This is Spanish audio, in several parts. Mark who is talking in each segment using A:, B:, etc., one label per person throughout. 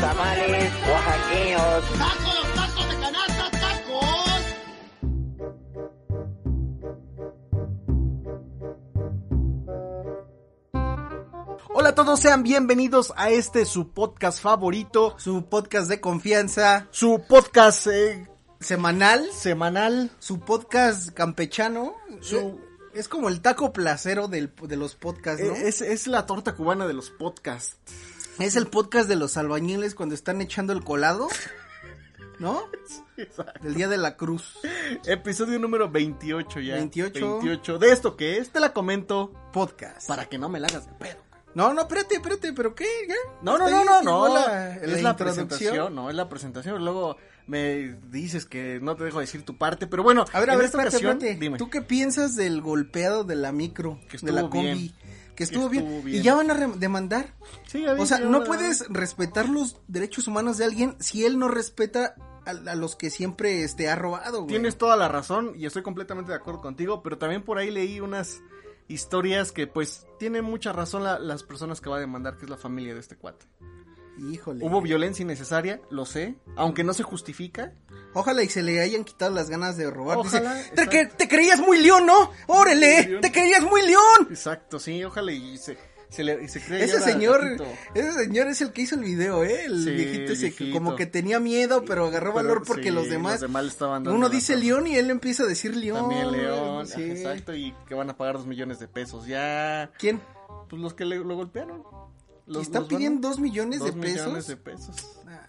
A: tamales oaxaqueños.
B: ¡Tacos! ¡Tacos de canasta! ¡Tacos!
C: Hola a todos, sean bienvenidos a este su podcast favorito,
D: su podcast de confianza,
C: su podcast eh,
D: semanal,
C: semanal,
D: su podcast campechano,
C: su-
D: es como el taco placero del- de los podcasts, ¿no?
C: Eh, es, es la torta cubana de los podcasts.
D: Es el podcast de los albañiles cuando están echando el colado, ¿no? Del día de la cruz.
C: Episodio número 28 ya.
D: 28.
C: 28. De esto que es, te la comento
D: Podcast.
C: para que no me la hagas de pedo.
D: No, no, espérate, espérate, pero qué, ¿Ya?
C: No, no,
D: Hasta
C: no,
D: ahí
C: no,
D: llegó
C: no.
D: la-
C: es la
D: introducción.
C: presentación, no, es la presentación. Luego me dices que no te dejo decir tu parte, pero bueno,
D: A ver, a
C: en
D: ver,
C: esta
D: espérate,
C: ocasión,
D: espérate.
C: dime.
D: ¿Tú qué piensas del golpeado de la micro,
C: Que
D: de la
C: estuvo bien.
D: combi? Que estuvo,
C: estuvo
D: bien.
C: bien.
D: Y ya van a re- demandar.
C: Sí, ya
D: O sea,
C: dije,
D: no
C: hola.
D: puedes respetar los derechos humanos de alguien si él no respeta a, a los que siempre este, ha robado, güey.
C: Tienes toda la razón y estoy completamente de acuerdo contigo, pero también por ahí leí unas historias que pues tienen mucha razón la- las personas que va a demandar, que es la familia de este cuate.
D: Híjole.
C: Hubo violencia innecesaria, lo sé, aunque no se justifica.
D: Ojalá y se le hayan quitado las ganas de robar.
C: Ojalá,
D: Dice, te,
C: exacto.
D: cre- te creías muy león, ¿no?
C: Muy
D: ¡Órale!
C: león.
D: ¡Te creías muy león!
C: Exacto, sí, ojalá y se, se le y se cree
D: Ese
C: ya
D: señor,
C: ratito.
D: ese señor es el que hizo el video, ¿eh? El
C: Sí,
D: viejito ese que
C: viejito.
D: como que tenía miedo, pero agarró valor
C: Pero
D: porque
C: sí,
D: los demás...
C: los demás le estaban dando
D: uno
C: la
D: dice
C: razón.
D: león y él empieza a decir león.
C: También
D: güey,
C: León,
D: sí.
C: exacto, y que van a pagar dos millones de pesos. Ya,
D: ¿Quién?
C: pues los que le- lo golpearon. Los,
D: ¿Están
C: los van a-
D: pidiendo dos millones de
C: dos
D: pesos?
C: millones de pesos.
D: Ah.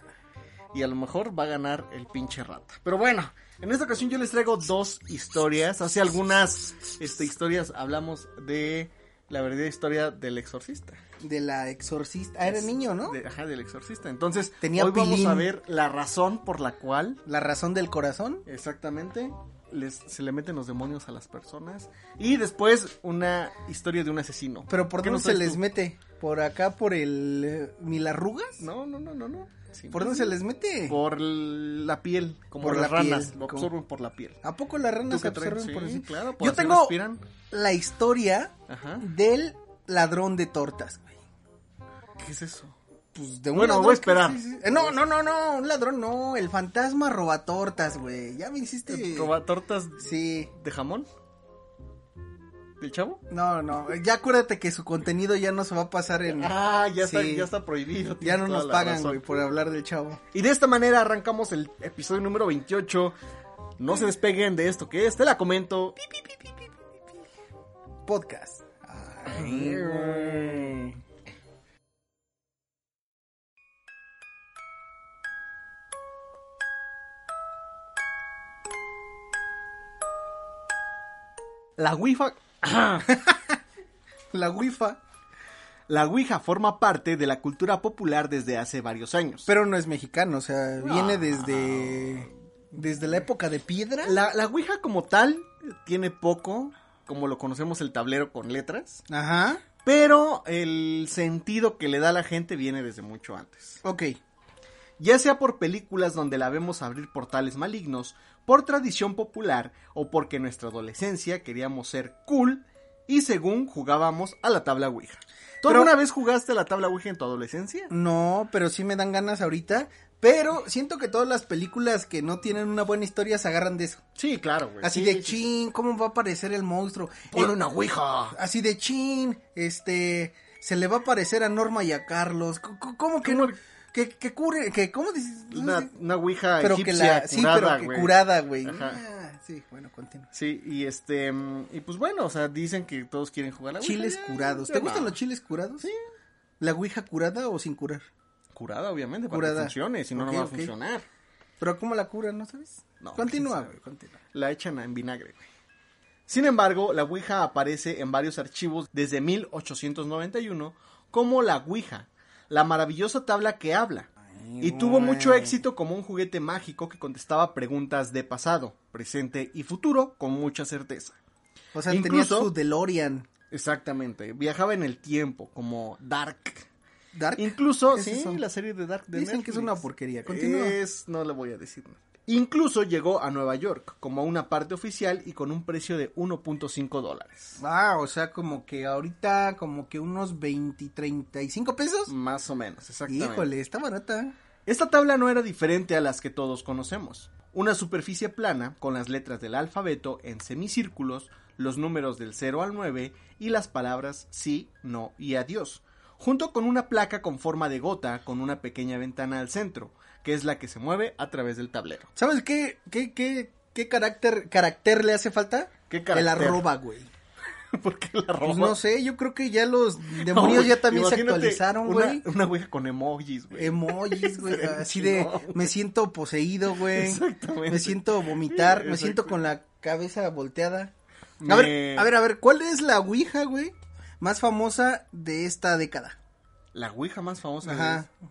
C: Y a lo mejor va a ganar el pinche rata. Pero bueno, en esta ocasión yo les traigo dos historias. Hace algunas este, historias hablamos de la verdadera historia del exorcista.
D: De la exorcista. Ah, era niño, ¿no?
C: De- ajá, del exorcista. Entonces,
D: Tenía
C: hoy vamos
D: pilín.
C: a ver la razón por la cual
D: La razón del corazón.
C: exactamente les, se le meten los demonios a las personas. Y después una historia de un asesino.
D: Pero ¿por
C: ¿Qué
D: dónde
C: nos
D: se
C: traes
D: les
C: tú?
D: mete? ¿Por acá, por el... eh, Milarrugas?
C: No, no, no, no, no. Sin-
D: ¿Por dónde se les mete?
C: Por l- la piel, como
D: Por
C: las
D: la piel,
C: ranas, lo
D: como-
C: absorben por la piel.
D: ¿A poco las ranas
C: ¿Tú qué
D: absorben
C: traes?
D: por
C: Sí,
D: eso?
C: claro, por
D: Yo
C: así
D: tengo
C: respiran.
D: la historia
C: Ajá.
D: del ladrón de tortas, güey.
C: ¿Qué es eso?
D: Pues de un
C: Bueno,
D: ladrón
C: voy a
D: que-
C: esperar.
D: sí, sí. Eh, No, no, no, no, un ladrón no, el fantasma roba tortas, güey. Ya me hiciste...
C: Eh, ¿Roba tortas
D: Sí.
C: de jamón? ¿Del chavo?
D: No, no, ya acuérdate que su contenido ya no se va a pasar en...
C: Ah, ya, está,
D: Sí.
C: ya está prohibido.
D: Ya
C: tienes
D: no
C: toda
D: nos
C: la
D: pagan,
C: razón.
D: güey, por hablar del chavo.
C: Y de esta manera arrancamos el episodio número 28. No se despeguen de esto que es, te la comento.
D: Podcast. Ay, güey.
C: La Ouija,
D: La wifa,
C: la Ouija forma parte de la cultura popular desde hace varios años.
D: pero no es mexicano, o sea, viene desde... Desde la época de piedra.
C: La, la Ouija como tal tiene poco, como lo conocemos el tablero con letras,
D: Ajá.
C: pero el sentido que le da a la gente viene desde mucho antes.
D: Ok.
C: Ya sea por películas donde la vemos abrir portales malignos, por tradición popular o porque en nuestra adolescencia queríamos ser cool y según jugábamos a la tabla Ouija. ¿Tú
D: Pero-
C: alguna vez jugaste a la tabla Ouija en tu adolescencia?
D: No, pero sí me dan ganas ahorita. Pero siento que todas las películas que no tienen una buena historia se agarran de eso.
C: Sí, claro, güey.
D: Así
C: Pues Sí, sí,
D: de
C: sí.
D: chin, ¿cómo va a aparecer el monstruo?
C: Pon
D: Eh,
C: una Ouija.
D: así de chin, este, se le va a aparecer a Norma y a Carlos. C- c- ¿Cómo que no?
C: ¿Cómo?
D: Que, que cure, que, ¿cómo dices?
C: Una, una Ouija
D: pero que
C: egipcia
D: la, sí,
C: curada,
D: pero que
C: güey.
D: curada, güey.
C: Ajá.
D: Ah, sí, bueno, continúa.
C: Sí, y este, mm, y pues bueno, o sea, dicen que todos quieren jugar a la Ouija,
D: Chiles
C: ya,
D: curados.
C: ya
D: ¿Te
C: no.
D: gustan los chiles curados?
C: Sí.
D: ¿La ouija curada o sin curar?
C: curada, obviamente, para
D: Curada.
C: que funcione, si no,
D: Ok,
C: no va
D: ok.
C: a funcionar.
D: Pero ¿cómo la curan? ¿No sabes?
C: No,
D: Continúa,
C: quién sabe.
D: güey, continúa.
C: La echan en vinagre, güey. Sin embargo, la Ouija aparece en varios archivos desde 1891 como la Ouija, la maravillosa tabla que habla, y tuvo mucho éxito como un juguete mágico que contestaba preguntas de pasado, presente y futuro con mucha certeza.
D: O sea, tenía
C: Incluso-
D: su DeLorean.
C: Exactamente, viajaba en el tiempo como Dark.
D: Dark.
C: Incluso,
D: ¿Qué es
C: sí,
D: eso?
C: la serie de Dark de
D: Dicen que es una
C: Netflix.
D: porquería. Continúa.
C: Es- no le voy a decir nada. Incluso llegó a Nueva York como una parte oficial y con un precio de 1.5 dólares.
D: Ah, o sea, como que ahorita como que unos 20, 35 pesos.
C: Más o menos, exactamente.
D: Híjole, está barata.
C: Esta tabla no era diferente a las que todos conocemos. Una superficie plana con las letras del alfabeto en semicírculos, los números del 0 al 9 y las palabras sí, no y adiós, junto con una placa con forma de gota con una pequeña ventana al centro, que es la que se mueve a través del tablero.
D: ¿Sabes qué, qué, qué, qué carácter, carácter le hace falta?
C: ¿Qué
D: El
C: carácter?
D: arroba, güey.
C: ¿Por qué la roba?
D: Pues no sé, yo creo que ya los
C: No,
D: demonios
C: güey,
D: ya también se
C: imagínate
D: actualizaron,
C: una-
D: güey.
C: Una ouija con emojis, güey.
D: Emojis, güey,
C: Estaría
D: así de
C: chingón, güey.
D: me siento poseído, güey.
C: Exactamente.
D: Me siento vomitar, me
C: Exacto.
D: siento con la cabeza volteada.
C: Me-
D: A ver, a ver, a ver, ¿cuál es la Ouija, güey, más famosa de esta década?
C: La ouija más famosa
D: Ajá.
C: es,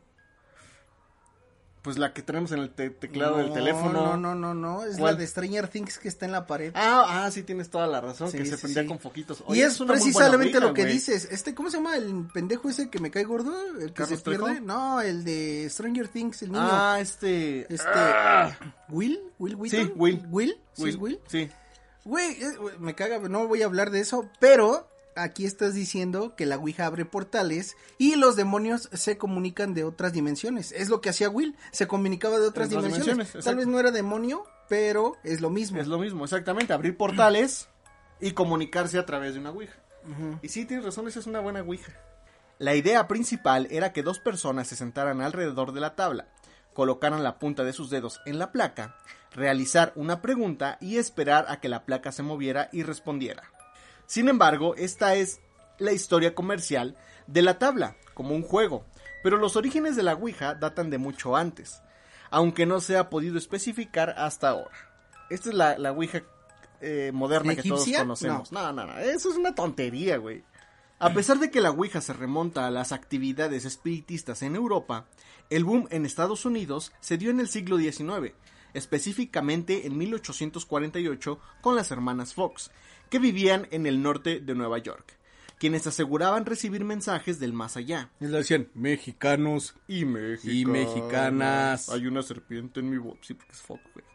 C: pues la que tenemos en el te- teclado del
D: No,
C: teléfono.
D: No, no, no, no, es
C: ¿Cuál?
D: la de Stranger Things que está en la pared.
C: Ah, ah, sí tienes toda la razón,
D: Sí,
C: que se
D: sí,
C: prendía
D: sí.
C: con foquitos.
D: y
C: Oye,
D: es
C: una muy buena
D: precisamente
C: ouija,
D: lo que
C: güey.
D: dices. Este, ¿cómo se llama el pendejo ese que me cae gordo? El que se
C: ¿Carlos
D: pierde.
C: Trejo?
D: No, el de Stranger Things, el niño.
C: Ah, este.
D: Este, Will, Will Wheaton.
C: Sí, Will.
D: Will, sí, Will.
C: Sí.
D: Güey, eh, güey, me caga, no voy a hablar de eso, pero aquí estás diciendo que la Ouija abre portales y los demonios se comunican de otras dimensiones. Es lo que hacía Will, se comunicaba de otras
C: En otras
D: dimensiones.
C: dimensiones,
D: Tal
C: exacto.
D: vez no era demonio, pero es lo mismo.
C: Es lo mismo, exactamente. Abrir portales y comunicarse a través de una ouija. Y sí, tienes razón, esa es una buena ouija. La idea principal era que dos personas se sentaran alrededor de la tabla, colocaran la punta de sus dedos en la placa, realizar una pregunta y esperar a que la placa se moviera y respondiera. Sin embargo, esta es la historia comercial de la tabla, como un juego, pero los orígenes de la Ouija datan de mucho antes, aunque no se ha podido especificar hasta ahora. Esta es la, la Ouija eh, moderna que todos
D: ¿Egipcia?
C: conocemos. No. no, no, eso es una tontería, güey. A pesar de que la Ouija se remonta a las actividades espiritistas en Europa, el boom en Estados Unidos se dio en el siglo XIX, específicamente en 1848 con las hermanas Fox, que vivían en el norte de Nueva York, quienes aseguraban recibir mensajes del más allá.
D: Y lo decían, mexicanos.
C: Y mexicanas.
D: Y mexicanas.
C: Hay una serpiente en mi voz. Sí, porque es Fox, güey.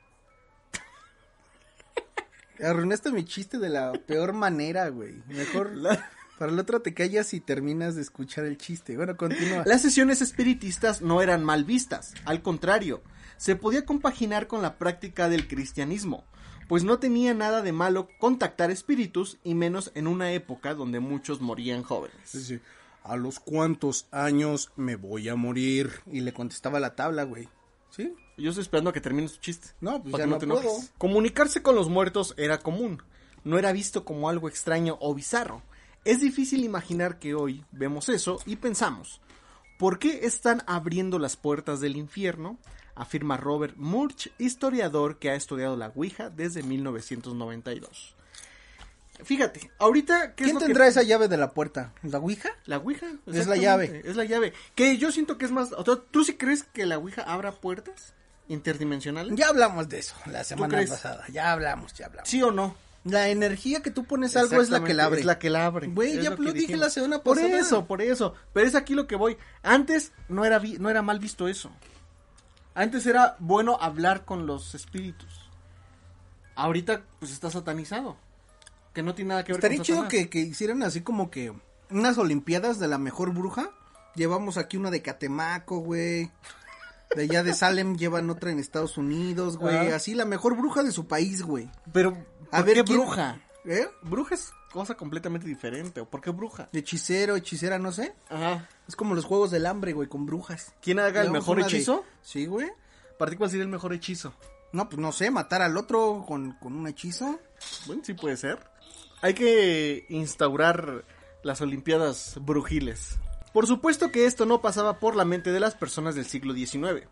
D: Arruinaste mi chiste de la peor manera, güey. Mejor para la otra te callas y terminas de escuchar el chiste. Bueno, continúa.
C: Las sesiones espiritistas no eran mal vistas, al contrario, se podía compaginar con la práctica del cristianismo, pues no tenía nada de malo contactar espíritus y menos en una época donde muchos morían jóvenes.
D: ¿A los cuántos años me voy a morir? Y le contestaba la tabla, güey. ¿Sí?
C: Yo estoy esperando a que termine su chiste.
D: No, pues
C: para
D: ya
C: que
D: no
C: te enojes.
D: puedo.
C: Comunicarse con los muertos era común, no era visto como algo extraño o bizarro. Es difícil imaginar que hoy vemos eso y pensamos, ¿por qué están abriendo las puertas del infierno? afirma Robert Murch, historiador que ha estudiado la Ouija desde 1992. Fíjate, ahorita ¿qué es
D: ¿Quién
C: lo que-
D: tendrá esa llave de la puerta? ¿La Ouija?
C: la Ouija?
D: la
C: exactamente,
D: llave.
C: Es la llave. Que yo siento que es más... o sea, ¿Tú sí crees que la Ouija abra puertas interdimensionales?
D: Ya hablamos de eso la semana
C: crees?
D: pasada. Ya hablamos, ya hablamos.
C: ¿Sí o no?
D: La energía que tú pones a algo es la que la abre.
C: Es la que la abre.
D: Güey,
C: Es
D: ya
C: que
D: lo dije
C: dijimos.
D: la semana
C: Por
D: pasada.
C: eso, por eso. Pero es aquí lo que voy. Antes no era, vi- no era mal visto eso. Antes era bueno hablar con los espíritus. Ahorita, pues está satanizado. Que no tiene nada que ver
D: Estaría
C: con
D: chido
C: Satanás.
D: que, que hicieran así como que unas olimpiadas de la mejor bruja. Llevamos aquí una de Catemaco, güey. De allá de Salem llevan otra en Estados Unidos, güey.
C: Ajá.
D: Así la mejor bruja de su país, güey.
C: Pero,
D: A
C: ¿por
D: ver,
C: qué
D: ¿quién-
C: bruja?
D: ¿Eh?
C: Bruja es cosa completamente diferente. ¿O por qué bruja?
D: De hechicero, hechicera, no sé.
C: Ajá.
D: Es como los juegos del hambre, güey, con brujas.
C: ¿Quién haga el
D: Llevamos
C: mejor
D: una de-
C: hechizo?
D: Sí, güey.
C: ¿Para ti cuál sería el mejor hechizo?
D: No, pues no sé, matar al otro con, con un hechizo.
C: Bueno, sí puede ser. Hay que instaurar las olimpiadas brujiles. Por supuesto que esto no pasaba por la mente de las personas del siglo XIX.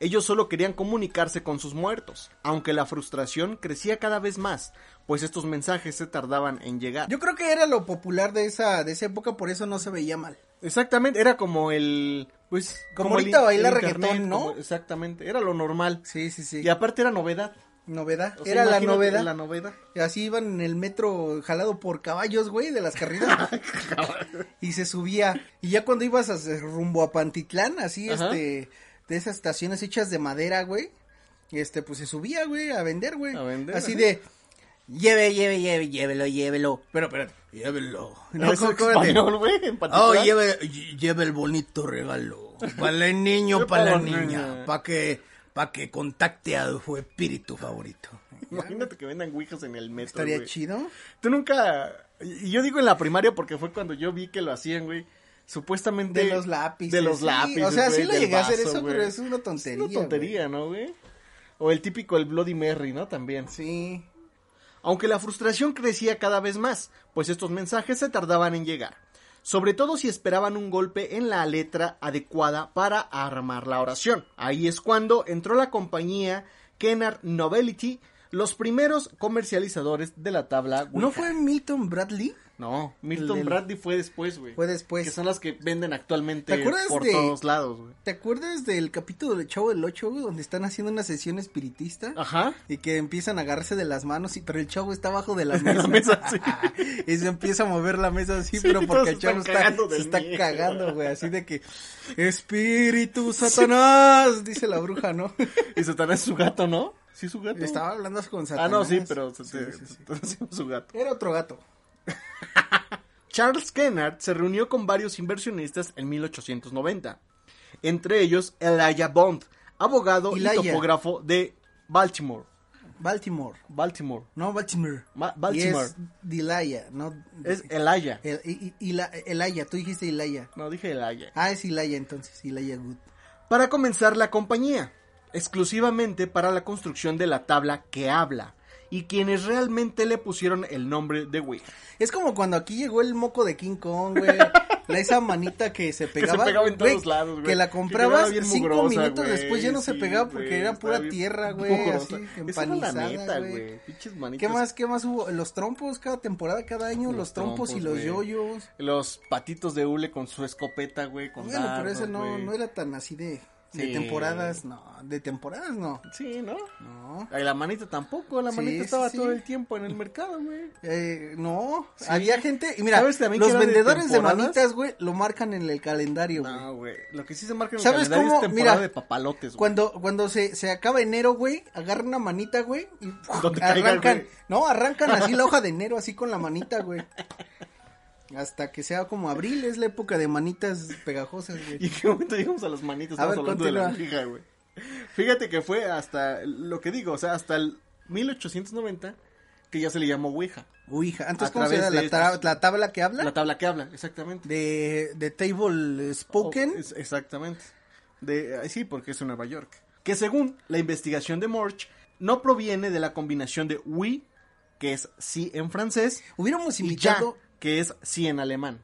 C: Ellos solo querían comunicarse con sus muertos, aunque la frustración crecía cada vez más, pues estos mensajes se tardaban en llegar.
D: Yo creo que era lo popular de esa, de esa época, por eso no se veía mal.
C: Exactamente, era como el... Pues,
D: Como
C: el
D: ahorita
C: in-
D: bailar
C: internet,
D: reggaetón, ¿no?
C: como- exactamente, era lo normal.
D: Sí, sí, sí.
C: Y aparte era novedad.
D: Novedad.
C: O sea,
D: era la
C: imagínate
D: novedad.
C: La novedad.
D: Así iban en el metro jalado por caballos, güey, de las carreras. y se subía. Y ya cuando ibas a- rumbo a Pantitlán, así,
C: Ajá.
D: este, de esas estaciones hechas de madera, güey. Este, pues se subía, güey, a vender, güey.
C: A vender,
D: Así
C: ajá.
D: de, lleve, lleve, lleve, llévelo, llévelo. Pero, espérate, llévelo.
C: No,
D: ¿cómo-
C: es
D: cómo era de-
C: español, güey, en
D: Oh,
C: particular.
D: lleve, lle- lleve el bonito regalo. Para el niño, para la
C: Para la
D: niña.
C: niña.
D: Para que, pa que contacte a su espíritu favorito.
C: Imagínate que vendan ouijas en el metro,
D: Estaría
C: güey.
D: chido.
C: Tú nunca... Y yo digo en la primaria porque fue cuando yo vi que lo hacían, güey. Supuestamente...
D: De los lápices.
C: De los
D: sí.
C: lápices,
D: O sea, sí
C: güey,
D: lo
C: del
D: llegué a hacer
C: vaso,
D: eso,
C: güey.
D: pero es una tontería.
C: Es una tontería, ¿no, güey? O el típico, el Bloody Mary, ¿no? También.
D: güey. Sí.
C: Aunque la frustración crecía cada vez más, pues estos mensajes se tardaban en llegar. Sobre todo si esperaban un golpe en la letra adecuada para armar la oración. Ahí es cuando entró la compañía Kennard Novelty, los primeros comercializadores de la tabla Ouija.
D: ¿No fue Milton Bradley?
C: No, Pues, Milton
D: El-
C: Bradley fue después, güey.
D: Fue después.
C: Que son las que venden actualmente
D: ¿Te acuerdas
C: por
D: de-
C: todos lados, güey.
D: ¿Te acuerdas del capítulo del Chavo del Ocho, güey, donde están haciendo una sesión espiritista?
C: Ajá.
D: Y que empiezan a agarrarse de las manos, y, pero el chavo está abajo de la
C: De
D: mesa.
C: la mesa, sí.
D: y se empieza a mover la mesa así,
C: Sí,
D: pero
C: todos
D: porque el
C: están
D: chavo está,
C: cagando
D: se
C: del
D: está
C: miedo.
D: cagando, güey. Así de que, espíritu, Satanás, dice la bruja, ¿no?
C: Y Satanás es su gato, ¿no? Sí, es su gato.
D: Estaba hablando con
C: Ah,
D: Satanás.
C: no, sí, pero se
D: Sí,
C: te-
D: sí, sí.
C: Satanás es su gato.
D: Era otro gato.
C: Charles Kennard se reunió con varios inversionistas en 1890, entre ellos Elijah Bond, abogado y
D: Elijah.
C: topógrafo de Baltimore.
D: Baltimore.
C: Baltimore.
D: No, Baltimore.
C: Ma- Baltimore.
D: Y es Delaya, no.
C: Es Elijah.
D: El- I- I- Ila- Elaya, tú dijiste Elaya.
C: No, dije Elijah.
D: Ah, es Elaya entonces, Elaya Good.
C: Para comenzar la compañía, exclusivamente para la construcción de la tabla que habla, y quienes realmente le pusieron el nombre de Ouija.
D: Es como cuando aquí llegó el moco de King Kong, güey. La esa manita que se pegaba.
C: pegaba en
D: güey,
C: todos lados, güey.
D: Que la
C: Que
D: comprabas
C: quedaba bien
D: cinco
C: mugrosa,
D: minutos
C: güey,
D: después ya no se
C: sí,
D: pegaba porque
C: güey,
D: era
C: estaba
D: pura
C: bien
D: tierra, güey.
C: mugrosa.
D: Así,
C: Esa era la
D: empanizada,
C: neta,
D: güey.
C: güey. Pinches manitas.
D: ¿Qué más, qué más hubo? Los trompos cada temporada, cada año, los,
C: Los
D: trompos, y los
C: trompos, güey.
D: yoyos.
C: Los patitos de hule con su escopeta, güey, con
D: Bueno, pero
C: dardos,
D: ese no,
C: güey.
D: no era tan así de, de
C: Sí.
D: temporadas, no, de temporadas no.
C: Sí, ¿no?
D: No.
C: Y la manita tampoco, la
D: Sí,
C: manita
D: sí,
C: estaba
D: sí.
C: todo el tiempo en el mercado, güey.
D: Eh, no, había gente, y mira,
C: ¿Sabes también
D: los
C: que era de
D: vendedores de,
C: temporadas?
D: manitas, güey, lo marcan en el calendario, güey.
C: No, güey. Lo que sí se marca en el
D: ¿Sabes
C: calendario
D: cómo?
C: es temporada
D: Mira,
C: de papalotes, güey.
D: Cuando, cuando se, se acaba enero, güey, agarran una manita, güey, y ¡puf!
C: Donde caiga,
D: arrancan,
C: güey.
D: no, arrancan así la hoja de enero, así con la manita, güey. Hasta que sea como abril, es la época de manitas pegajosas,
C: ¿Y
D: güey.
C: en qué momento llegamos a las manitas?
D: A
C: Estamos
D: ver,
C: hablando de la
D: continúa.
C: Ouija, güey. Fíjate que fue hasta, lo que digo, o sea, hasta el 1890 que ya se le llamó Ouija.
D: Uy, hija, antes
C: A
D: cómo se
C: través
D: llama la,
C: de
D: tabla-
C: estos-
D: la tabla que habla
C: La tabla que habla, exactamente.
D: de, de Table Spoken.
C: O- Oh, es- exactamente. De, ay, sí, porque es en Nueva York. Que según la investigación de Morch, no proviene de la combinación de oui, que es sí en francés,
D: Hubiéramos
C: y ya,
D: invitado.
C: que es sí en alemán.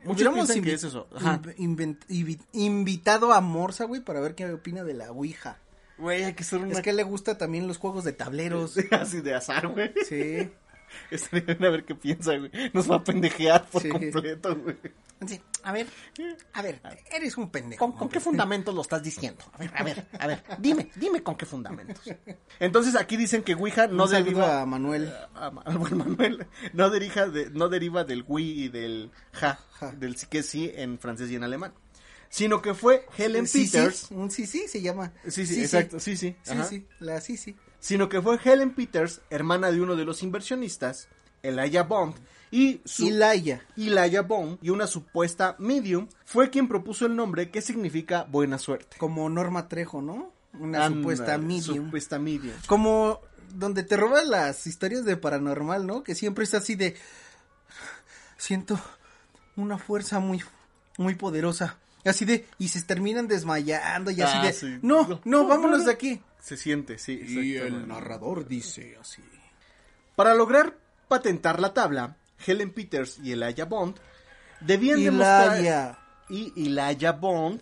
C: Muchos
D: hubiéramos
C: piensan que
D: invi- Mm.
C: es eso. Ajá.
D: inv- invent- invi- invitado a Morsa, güey, para ver qué opina de la Ouija.
C: Güey, hay que hacer una...
D: Es que le gusta también los juegos de tableros.
C: Así de azar, güey.
D: Sí.
C: Estaría bien a ver qué piensa, güey. Nos va a pendejear por
D: Sí.
C: completo, güey.
D: Sí, a ver, a ver, eres un pendejo.
C: Ah. ¿Con, con qué fundamentos lo estás diciendo? A ver, a ver, a ver. Dime, dime con qué fundamentos. Entonces aquí dicen que Ouija no
D: No
C: deriva...
D: saluda a Manuel.
C: a Ma- al buen Manuel, no, derija de- no deriva del Wii y del ja,
D: Ja.
C: del sí que sí en francés y en alemán, sino que fue Helen
D: Sí, sí,
C: Peters.
D: un sí, sí, se llama.
C: Sí, sí, exacto, sí, sí.
D: Sí,
C: ajá.
D: sí, la sí, sí.
C: Sino que fue Helen Peters, hermana de uno de los inversionistas, Elijah Bond, y su
D: Y Laia.
C: Elijah Bond, y una supuesta medium, fue quien propuso el nombre que significa buena suerte.
D: Como Norma Trejo, ¿no? Una
C: Ándale,
D: supuesta medium.
C: Supuesta medium.
D: Como donde te roban las historias de paranormal, ¿no? Que siempre es así de siento una fuerza muy muy poderosa. Así de y se terminan desmayando y así
C: Ah,
D: de
C: sí.
D: no, no, vámonos de aquí.
C: Se siente, sí. exactamente.
D: narrador dice así.
C: Para lograr patentar la tabla, Helen Peters y Elijah Bond debían demostrar...
D: Ilaya.
C: Y y Elijah Bond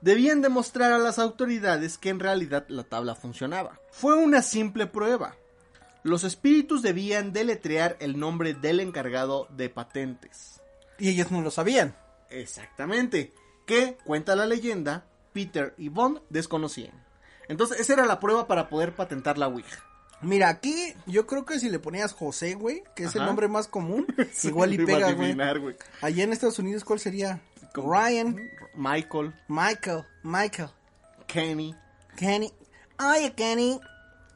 C: debían demostrar a las autoridades que en realidad la tabla funcionaba. Fue una simple prueba. Los espíritus debían deletrear el nombre del encargado de patentes.
D: Y ellos no lo sabían.
C: Exactamente. Que, cuenta la leyenda, Peter y Bond desconocían. Entonces, esa era la prueba para poder patentar la Ouija.
D: Mira, aquí yo creo que si le ponías José, güey, que es el
C: Ajá.
D: nombre más común,
C: Sí,
D: igual y
C: lo iba a
D: pega, güey.
C: adivinar, güey.
D: Allá en Estados Unidos, ¿cuál sería? Ryan,
C: Michael,
D: Michael, Michael,
C: Kenny.
D: Kenny. Oye, Kenny.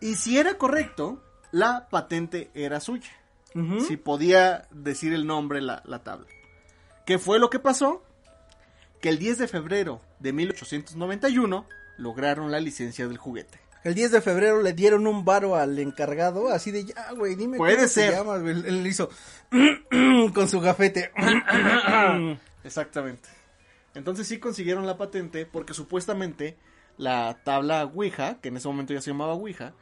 C: Y si era correcto, la patente era suya.
D: Ujú.
C: Si podía decir el nombre la, la tabla. ¿Qué fue lo que pasó? Que el 10 de febrero de 1891 lograron la licencia del juguete.
D: El 10 de febrero le dieron un varo al encargado, así de ya, güey, dime
C: Puede
D: cómo te
C: ser.
D: llamas, güey. Él le hizo con su gafete.
C: Exactamente. Entonces sí consiguieron la patente porque supuestamente la tabla Ouija, que en ese momento ya se llamaba Ouija,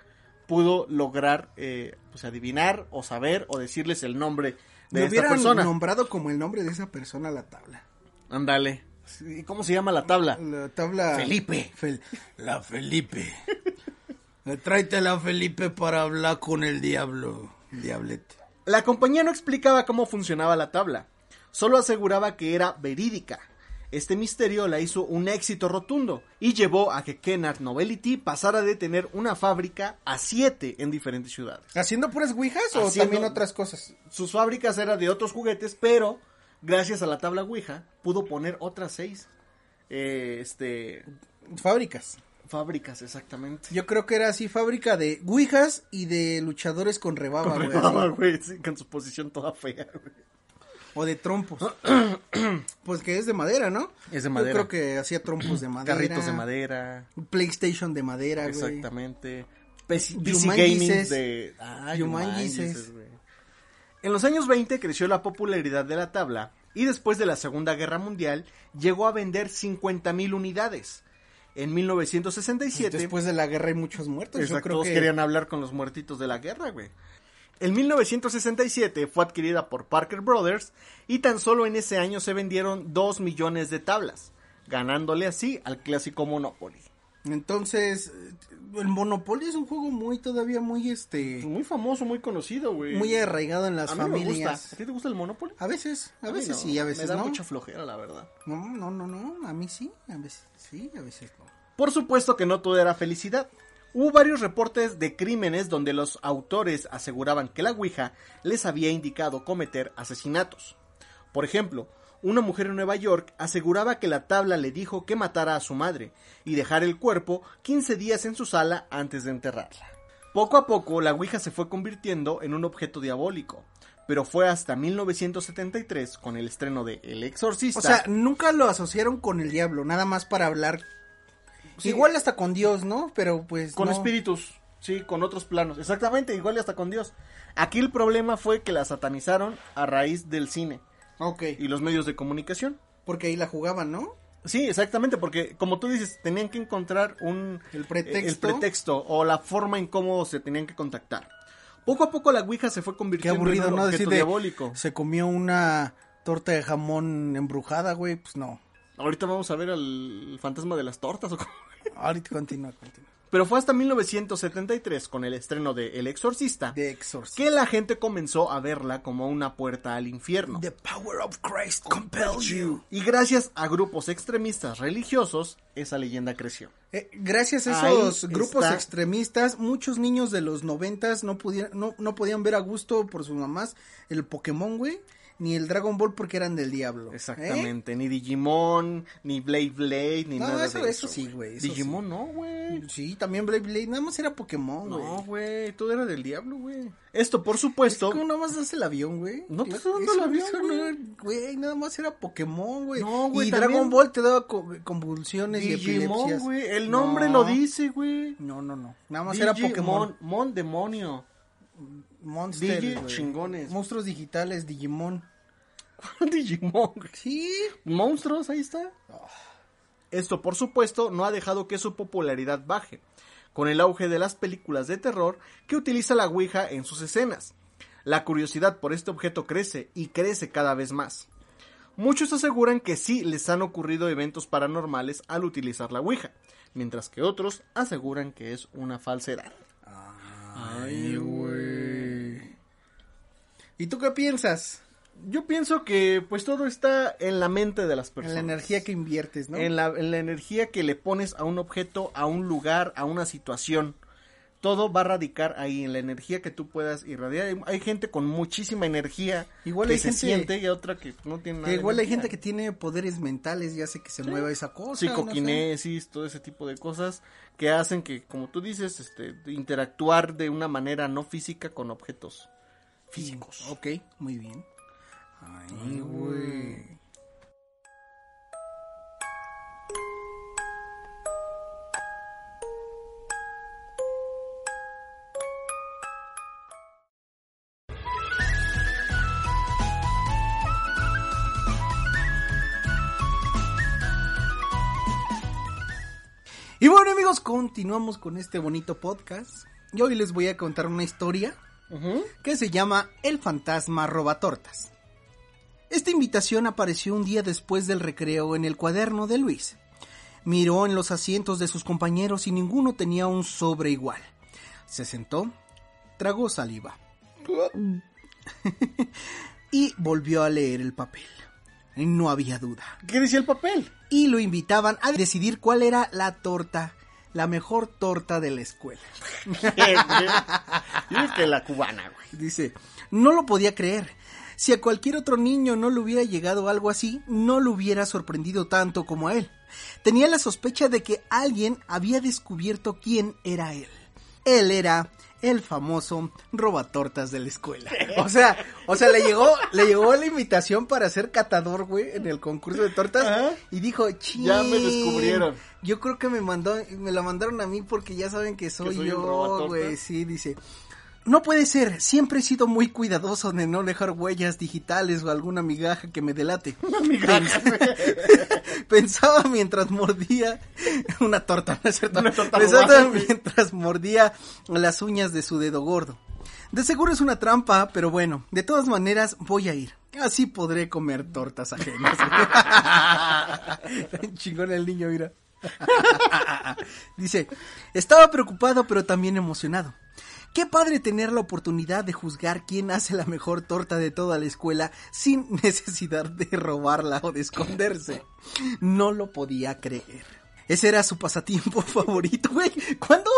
C: pudo lograr eh, pues, adivinar o saber o decirles el nombre de
D: Le
C: esta
D: hubieran
C: persona.
D: nombrado como el nombre de esa persona a la tabla.
C: Ándale. Sí, ¿Y cómo se llama la tabla?
D: La tabla.
C: Felipe.
D: Fel- La Felipe. Eh, Tráete a la Felipe para hablar con el diablo. Diablete.
C: La compañía no explicaba cómo funcionaba la tabla, solo aseguraba que era verídica. Este misterio la hizo un éxito rotundo y llevó a que Kennard Novelty pasara de tener una fábrica a siete en diferentes ciudades.
D: ¿Haciendo puras ouijas o
C: Haciendo-
D: también otras cosas?
C: Sus fábricas eran de otros juguetes, pero gracias a la tabla Ouija pudo poner otras seis eh, este,
D: Fábricas.
C: fábricas, exactamente.
D: Yo creo que era así, fábrica de ouijas y de luchadores con rebaba, güey, así.
C: Rebaba, güey, sí, con su posición toda fea. güey.
D: O de trompos. pues que es de madera, ¿no?
C: Es de madera.
D: Yo creo que hacía trompos de madera.
C: Carritos de madera.
D: PlayStation de madera, güey.
C: Exactamente. PC,
D: Yumanjises.
C: Gaming de... Ah,
D: Yumanjises.
C: Yumanjises, güey. En los años 20 creció la popularidad de la tabla y después de la Segunda Guerra Mundial llegó a vender 50.000 unidades. En 1967...
D: Después de la guerra hay muchos muertos.
C: Exacto,
D: pues, Yo creo
C: todos
D: que
C: querían hablar con los muertitos de la guerra, güey. En 1967 fue adquirida por Parker Brothers y tan solo en ese año se vendieron 2 millones de tablas, ganándole así al clásico Monopoly.
D: Entonces, el Monopoly es un juego muy, todavía muy, este,
C: Muy famoso, muy conocido, güey.
D: muy arraigado en las
C: a mí me gusta.
D: familias.
C: ¿A ti te gusta el Monopoly?
D: A veces, a,
C: mí
D: veces
C: no,
D: sí, a veces
C: Me da
D: no.
C: mucha flojera, la verdad.
D: No, no, no, no, a mí sí, a veces sí, a veces no.
C: Por supuesto que no todo era felicidad. Hubo varios reportes de crímenes donde los autores aseguraban que la Ouija les había indicado cometer asesinatos. Por ejemplo, una mujer en Nueva York aseguraba que la tabla le dijo que matara a su madre y dejar el cuerpo 15 días en su sala antes de enterrarla. Poco a poco, la Ouija se fue convirtiendo en un objeto diabólico, pero fue hasta 1973, con el estreno de El Exorcista.
D: O sea, nunca lo asociaron con el diablo, nada más para hablar.
C: Sí.
D: Igual hasta con Dios, ¿no? Pero pues
C: Con
D: no.
C: espíritus, sí, con otros planos. Exactamente, igual y hasta con Dios. Aquí el problema fue que la satanizaron a raíz del cine
D: Ok,
C: y los medios de comunicación.
D: porque ahí la jugaban, ¿no?
C: Sí, exactamente, porque como tú dices, tenían que encontrar un eh,
D: El pretexto.
C: el pretexto o la forma en cómo se tenían que contactar. Poco a poco la Ouija se fue
D: Qué
C: convirtiendo
D: aburrido,
C: en un
D: ¿no?
C: objeto
D: Decir de,
C: diabólico.
D: se comió una torta de jamón embrujada, güey, pues no.
C: Ahorita vamos a ver al fantasma de las tortas o cómo-
D: Ahorita continúa, continúa.
C: Pero fue hasta 1973 con el estreno de El Exorcista
D: De exorcismo.
C: que la gente comenzó a verla como una puerta al infierno.
D: The power of Christ compels you.
C: Y gracias a grupos extremistas religiosos, esa leyenda creció.
D: Eh, gracias a
C: Ahí
D: esos grupos
C: está.
D: extremistas, muchos niños de los noventas no, pudieron- no, no podían ver a gusto por sus mamás el Pokémon, güey, ni el Dragon Ball porque eran del diablo. ¿eh?
C: Exactamente, ni Digimon, ni Blade Blade, ni
D: No,
C: nada
D: eso-
C: de
D: eso sí, güey, eso
C: Digimon no, güey.
D: Sí, también Blade Blade, nada más era Pokémon, güey.
C: No, güey, todo era del diablo, güey. Esto, por
D: Es
C: supuesto,
D: que nada más das el avión, güey.
C: No te
D: Yo-
C: estoy dando el
D: eso-
C: avión,
D: eso no
C: güey.
D: era- güey. Nada más era Pokémon, güey.
C: No, güey,
D: Y
C: también-
D: Dragon Ball te daba co- convulsiones y
C: Digimon,
D: epilepsias.
C: güey, el nombre lo dice, güey.
D: No, no, no. Nada más era
C: Digimon,
D: Pokémon.
C: Mon demonio.
D: Monster,
C: Digi
D: güey.
C: chingones.
D: Monstruos digitales, Digimon.
C: Digimon, güey.
D: Sí.
C: Monstruos, ahí está. Esto, por supuesto, no ha dejado que su popularidad baje, con el auge de las películas de terror que utiliza la Ouija en sus escenas. La curiosidad por este objeto crece y crece cada vez más. Muchos aseguran que sí les han ocurrido eventos paranormales al utilizar la Ouija, mientras que otros aseguran que es una falsedad.
D: Ay, güey. ¿Y tú qué piensas?
C: Yo pienso que pues todo está en la mente de las
D: En
C: personas.
D: la energía que inviertes, ¿no?
C: en, la, en la energía que le pones a un objeto, a un lugar, a una situación. Todo va a radicar ahí, en la energía que tú puedas irradiar. Hay, hay gente con muchísima energía
D: Igual
C: que
D: hay
C: se
D: gente-
C: siente y otra que no tiene nada.
D: Que
C: de
D: igual hay
C: energía.
D: gente que tiene poderes mentales y hace que se mueva esa cosa. no sé.
C: psicoquinesis, todo ese tipo de cosas que hacen que, como tú dices, este, interactuar de una manera no física con objetos físicos.
D: Ok, muy bien. Ay, güey. Y bueno amigos, continuamos con este bonito podcast. Y hoy les voy a contar una historia
C: Ujú.
D: que se llama El fantasma robatortas. Esta invitación apareció un día después del recreo en el cuaderno de Luis. Miró en los asientos de sus compañeros y ninguno tenía un sobre igual. Se sentó, tragó saliva y volvió a leer el papel. No había duda.
C: ¿Qué decía el papel?
D: Y lo invitaban a decidir cuál era la torta, la mejor torta de la escuela.
C: Y es que la cubana, güey.
D: Dice, no lo podía creer. Si a cualquier otro niño no le hubiera llegado algo así, no lo hubiera sorprendido tanto como a él. Tenía la sospecha de que alguien había descubierto quién era él. Él era el famoso robatortas de la escuela. O sea, o sea, le llegó, le llegó la invitación para ser catador, güey, en el concurso de tortas
C: Ajá.
D: y dijo, "Chin,
C: Ya me descubrieron.
D: Yo creo que me mandó, me la mandaron a mí porque ya saben que soy,
C: soy un
D: yo,
C: robatortas.
D: güey. Sí, dice. No puede ser, siempre he sido muy cuidadoso de no dejar huellas digitales o alguna migaja que me delate. Pensaba mientras mordía una torta, ¿no es cierto?
C: Una torta
D: Pensaba
C: robada, güey.
D: mientras mordía las uñas de su dedo gordo. De seguro es una trampa, pero bueno, de todas maneras voy a ir. Así podré comer tortas ajenas. Tan Chingón el niño, mira. Dice, estaba preocupado pero también emocionado. Qué padre tener la oportunidad de juzgar quién hace la mejor torta de toda la escuela sin necesidad de robarla o de esconderse. No lo podía creer. Ese era su pasatiempo favorito, güey. ¿Cuándo,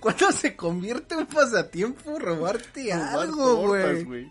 D: ¿Cuándo se convierte en pasatiempo robarte algo, güey?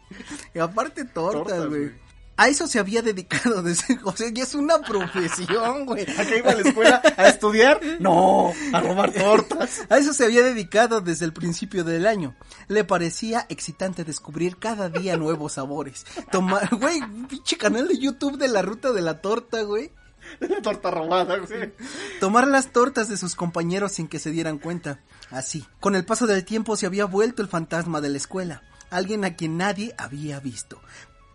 D: Y aparte tortas,
C: Tortas,
D: güey.
C: güey.
D: A eso se había dedicado desde... O sea, ya es una profesión, güey.
C: ¿A qué iba a la escuela? ¿A estudiar? No, a robar tortas.
D: A eso se había dedicado desde el principio del año. Le parecía excitante descubrir cada día nuevos sabores. Tomar, güey, pinche canal de YouTube de la ruta de la torta, güey.
C: La torta robada, güey.
D: Tomar las tortas de sus compañeros sin que se dieran cuenta. Así, con el paso del tiempo se había vuelto el fantasma de la escuela, alguien a quien nadie había visto,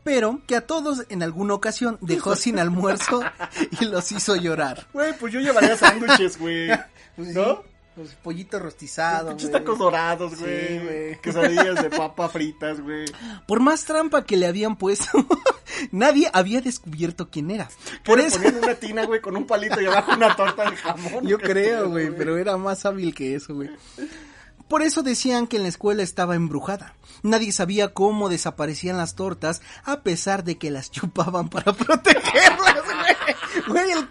D: pero que a todos en alguna ocasión dejó sin almuerzo y los hizo llorar.
C: Güey, pues yo llevaría sándwiches, güey. ¿No?
D: Pues, pollito rostizado.
C: Pinches
D: güey.
C: tacos dorados,
D: Sí,
C: güey.
D: güey.
C: Quesadillas de papa fritas, güey.
D: Por más trampa que le habían puesto, nadie había descubierto quién era. Por
C: Por
D: eso,
C: Ponían una tina, güey, con un palito y abajo una torta de jamón.
D: yo creo, güey, pero era más hábil que eso, güey. Por eso decían que en la escuela estaba embrujada. Nadie sabía cómo desaparecían las tortas a pesar de que las chupaban para protegerlas, güey. Güey, el,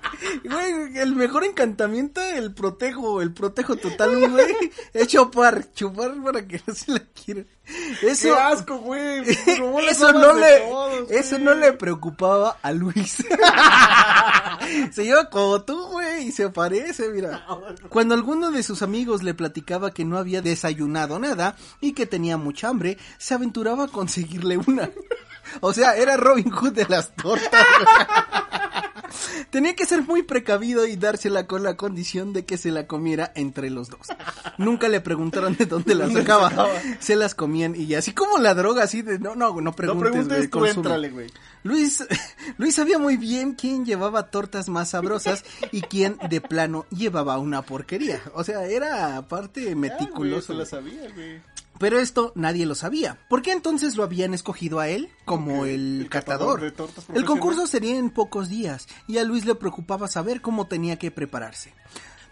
D: güey, el mejor encantamiento, el protejo, el protejo total, güey, es chupar, chupar para que no se la quieran. Eso,
C: ¡Qué asco, güey! Robó las
D: eso
C: armas
D: no
C: de
D: le
C: todos,
D: eso
C: güey.
D: no le preocupaba a Luis se lleva como tú güey y se aparece mira
C: Ah,
D: cuando alguno de sus amigos le platicaba que no había desayunado nada y que tenía mucha hambre se aventuraba a conseguirle una o sea era Robin Hood de las tortas Tenía que ser muy precavido y dársela con la condición de que se la comiera entre los dos. Nunca le preguntaron de dónde las sacaba. Se las comían y así como la droga, así de no, no, no
C: No
D: preguntes.
C: preguntes,
D: güey,
C: tú
D: consume". Ah,
C: éntrale, güey.
D: Luis, Luis sabía muy bien quién llevaba tortas más sabrosas y quién de plano llevaba una porquería. O sea, era aparte
C: Ah, güey,
D: meticuloso.
C: se la sabía, güey.
D: Pero esto nadie lo sabía. ¿Por qué entonces lo habían escogido a él como
C: Porque
D: el,
C: el
D: catador?
C: catador de tortas
D: el
C: profesional.
D: concurso sería en pocos días y a Luis le preocupaba saber cómo tenía que prepararse.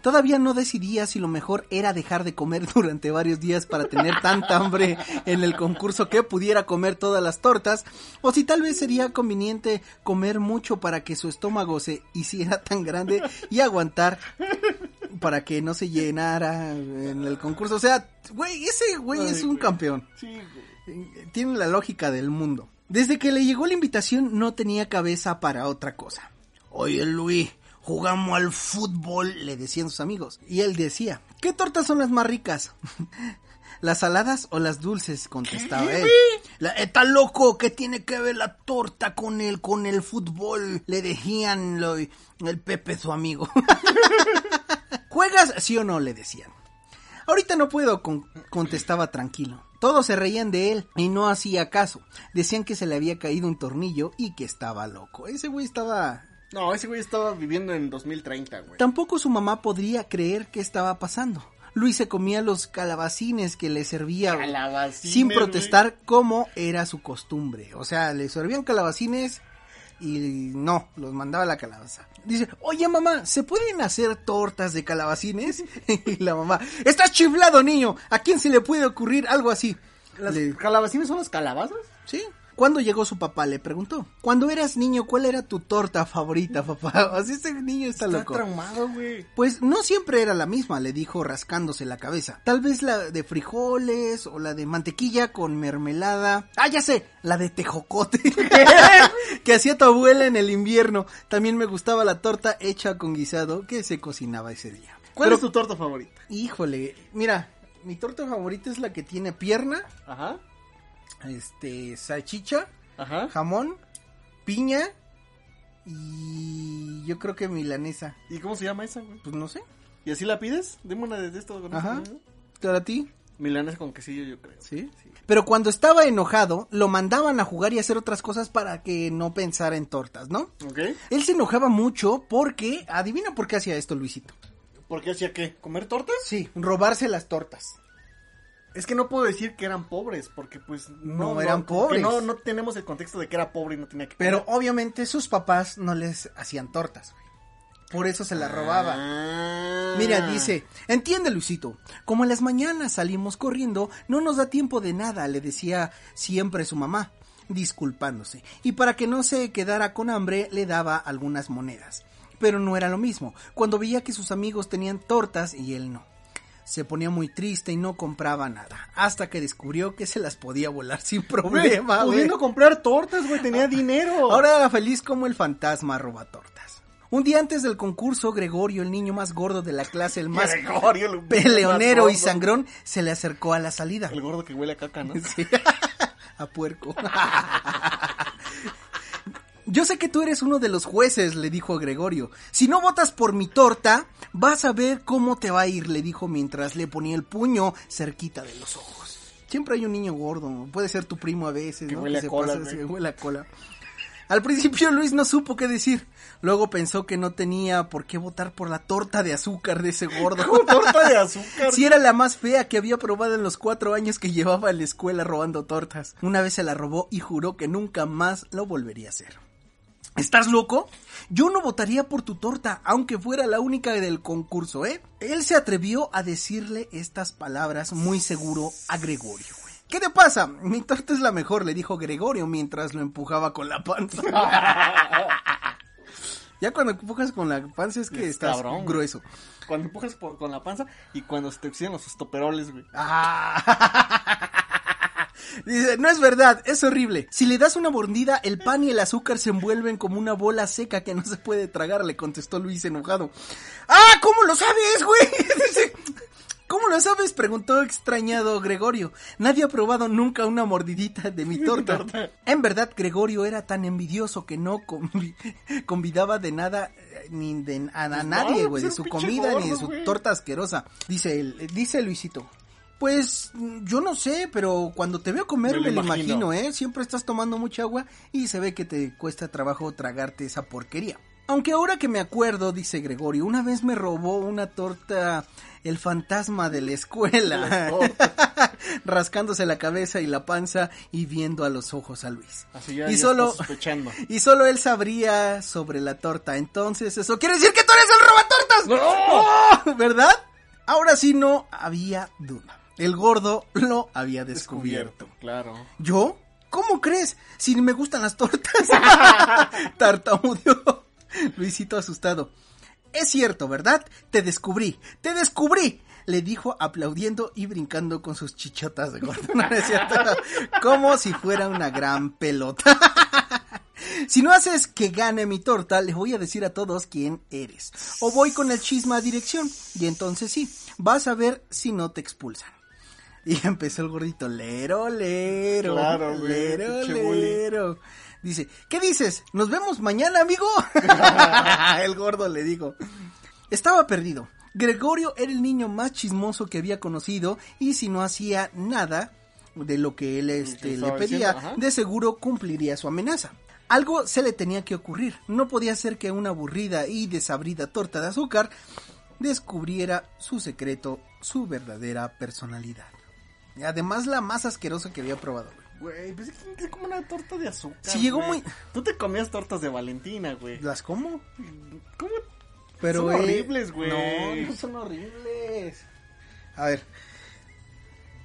D: Todavía no decidía si lo mejor era dejar de comer durante varios días para tener tanta hambre en el concurso que pudiera comer todas las tortas, o si tal vez sería conveniente comer mucho para que su estómago se hiciera tan grande y aguantar para que no se llenara en el concurso. O sea, güey, ese güey es un campeón.
C: Sí, güey.
D: Tiene la lógica del mundo. Desde que le llegó la invitación no tenía cabeza para otra cosa. Oye Luis, jugamos al fútbol, le decían sus amigos. Y él decía, ¿qué tortas son las más ricas? ¿Las saladas o las dulces? contestaba él. La, está loco, ¿qué tiene que ver la torta con el, con el fútbol? Le decían lo- el Pepe su amigo. ¿Juegas sí o no? le decían. Ahorita no puedo, con- contestaba tranquilo. Todos se reían de él y no hacía caso. Decían que se le había caído un tornillo y que estaba loco. Ese güey estaba...
C: No, ese güey estaba viviendo en 2030, güey.
D: Tampoco su mamá podría creer qué estaba pasando. Luis se comía los calabacines que le servía güey,
C: Calabacines,
D: sin
C: güey.
D: protestar como era su costumbre. O sea, le servían calabacines y no, los mandaba a la calabaza. Dice, oye mamá, ¿se pueden hacer tortas de calabacines? y la mamá, estás chiflado niño, ¿a quién se le puede ocurrir algo así?
C: ¿Las
D: Le-
C: calabacines son las calabazas?
D: Sí. ¿Cuándo llegó su papá? Le preguntó. Cuando eras niño, ¿cuál era tu torta favorita, papá? Así ese niño está,
C: Está
D: loco.
C: traumado, güey.
D: Pues no siempre era la misma, le dijo rascándose la cabeza. Tal vez la de frijoles o la de mantequilla con mermelada. Ah, ya sé, la de tejocote que hacía tu abuela en el invierno. También me gustaba la torta hecha con guisado que se cocinaba ese día.
C: ¿Cuál
D: Pero-
C: es tu torta favorita?
D: Híjole, mira, mi torta favorita es la que tiene pierna,
C: Ajá,
D: este, salchicha,
C: ajá.
D: jamón, piña y yo creo que milanesa.
C: ¿Y cómo se llama esa, güey?
D: Pues no sé.
C: ¿Y así la pides? Dime una de estas con
D: Ajá.
C: esto, ¿no?
D: ¿Para ti?
C: Milanesa con quesillo, yo creo.
D: ¿Sí? Pero cuando estaba enojado, lo mandaban a jugar y a hacer otras cosas para que no pensara en tortas, ¿no?
C: ¿Ok?
D: Él se enojaba mucho porque, adivina por qué hacía esto Luisito.
C: ¿Por qué hacía qué? ¿Comer tortas?
D: Sí, robarse las tortas.
C: Es que no puedo decir que eran pobres, porque pues
D: No, eran
C: como que
D: pobres.
C: No, no tenemos el contexto de que era pobre y no tenía que
D: Pero obviamente sus papás no les hacían tortas, güey. Por eso se las robaba.
C: Ah.
D: Mira, dice, entiende Luisito, como en las mañanas salimos corriendo, no nos da tiempo de nada, le decía siempre su mamá, disculpándose, y para que no se quedara con hambre le daba algunas monedas. Pero no era lo mismo, cuando veía que sus amigos tenían tortas y él no. Se ponía muy triste y no compraba nada, hasta que descubrió que se las podía volar sin
C: Güey,
D: problema. güey.
C: pudiendo comprar tortas, güey, tenía dinero.
D: Ahora era feliz como el fantasma roba tortas. Un día antes del concurso, Gregorio, el niño más gordo de la clase, el más
C: Gregorio, el
D: peleonero
C: más
D: y
C: gordo.
D: sangrón, se le acercó a la salida.
C: El gordo que huele a caca, ¿no?
D: Sí. A puerco. Yo sé que tú eres uno de los jueces, le dijo Gregorio. Si no votas por mi torta, vas a ver cómo te va a ir, le dijo mientras le ponía el puño cerquita de los ojos. Siempre hay un niño gordo, puede ser tu primo a veces,
C: Que
D: ¿no?
C: huele a
D: se
C: cola,
D: pasa-
C: güey.
D: se huele a cola. Al principio Luis no supo qué decir. Luego pensó que no tenía por qué votar por la torta de azúcar de ese gordo.
C: Como torta de azúcar.
D: Si era la más fea que había probado en los cuatro años que llevaba en la escuela robando tortas. Una vez se la robó y juró que nunca más lo volvería a hacer. ¿Estás loco? Yo no votaría por tu torta, aunque fuera la única del concurso, ¿eh? Él se atrevió a decirle estas palabras muy seguro a Gregorio. güey. ¿Qué te pasa? Mi torta es la mejor, le dijo Gregorio mientras lo empujaba con la panza. ya cuando empujas con la panza es que
C: Es
D: estás
C: cabrón, güey.
D: grueso.
C: Cuando empujas por- con la panza y cuando se te oxidan los estoperoles, güey.
D: Ah. Dice, no es verdad, es horrible. Si le das una mordida, el pan y el azúcar se envuelven como una bola seca que no se puede tragar, le contestó Luis enojado. ¡Ah! ¿Cómo lo sabes, güey? Dice, ¿Cómo lo sabes? preguntó extrañado Gregorio. Nadie ha probado nunca una mordidita de mi torta.
C: torta.
D: En verdad, Gregorio era tan envidioso que no convi- convidaba de nada eh, ni de, a, a nadie,
C: no,
D: güey,
C: pues
D: de
C: era
D: su
C: un pinche
D: comida ni de
C: gordo,
D: su
C: güey.
D: torta torta asquerosa. Dice él, dice Luisito. Pues mm, yo no sé, pero cuando te veo comer
C: Me lo
D: me lo
C: imagino.
D: imagino. ¿eh? Siempre estás tomando mucha agua y se ve que te cuesta trabajo tragarte esa porquería. Aunque ahora que me acuerdo, dice Gregorio, una vez me robó una torta el fantasma de la escuela. rascándose la cabeza y la panza y viendo a los ojos a Luis.
C: Así ya-
D: y
C: ya
D: solo
C: está sospechando.
D: y solo él sabría sobre la torta. Entonces, eso quiere decir que tú eres el robatortas. ¡Oh! ¿Verdad? Ahora sí no había duda. El gordo lo había descubierto.
C: Claro.
D: ¿Yo? ¿Cómo crees? Si ni me gustan las tortas. Tartamudeó. Luisito asustado. Es cierto, ¿verdad? Te descubrí. ¡Te descubrí! Le dijo aplaudiendo y brincando con sus chichotas de gordo. No, no es cierto. Como si fuera una gran pelota. Si no haces que gane mi torta, les voy a decir a todos quién eres. O voy con el chisme a dirección. Y entonces sí, vas a ver si no te expulsan. Y empezó el gordito, lero, lero,
C: Claro, güey,
D: lero,
C: pinche bully.
D: lero. Dice, ¿qué dices? ¿Nos vemos mañana, amigo? el gordo le dijo. Estaba perdido. Gregorio era el niño más chismoso que había conocido y si no hacía nada de lo que él este,
C: Que
D: le
C: estaba
D: pedía,
C: diciendo, ajá.
D: de seguro cumpliría su amenaza. Algo se le tenía que ocurrir. No podía ser que una aburrida y desabrida torta de azúcar descubriera su secreto, su verdadera personalidad. Y además la más asquerosa que había probado. güey.
C: Güey, pues es que es como una torta de azúcar.
D: Sí, llegó
C: güey.
D: muy-
C: Tú te comías tortas de Valentina, güey.
D: ¿Las como?
C: ¿Cómo?
D: Pero
C: Son
D: eh,
C: horribles, güey.
D: No, no son horribles. A ver.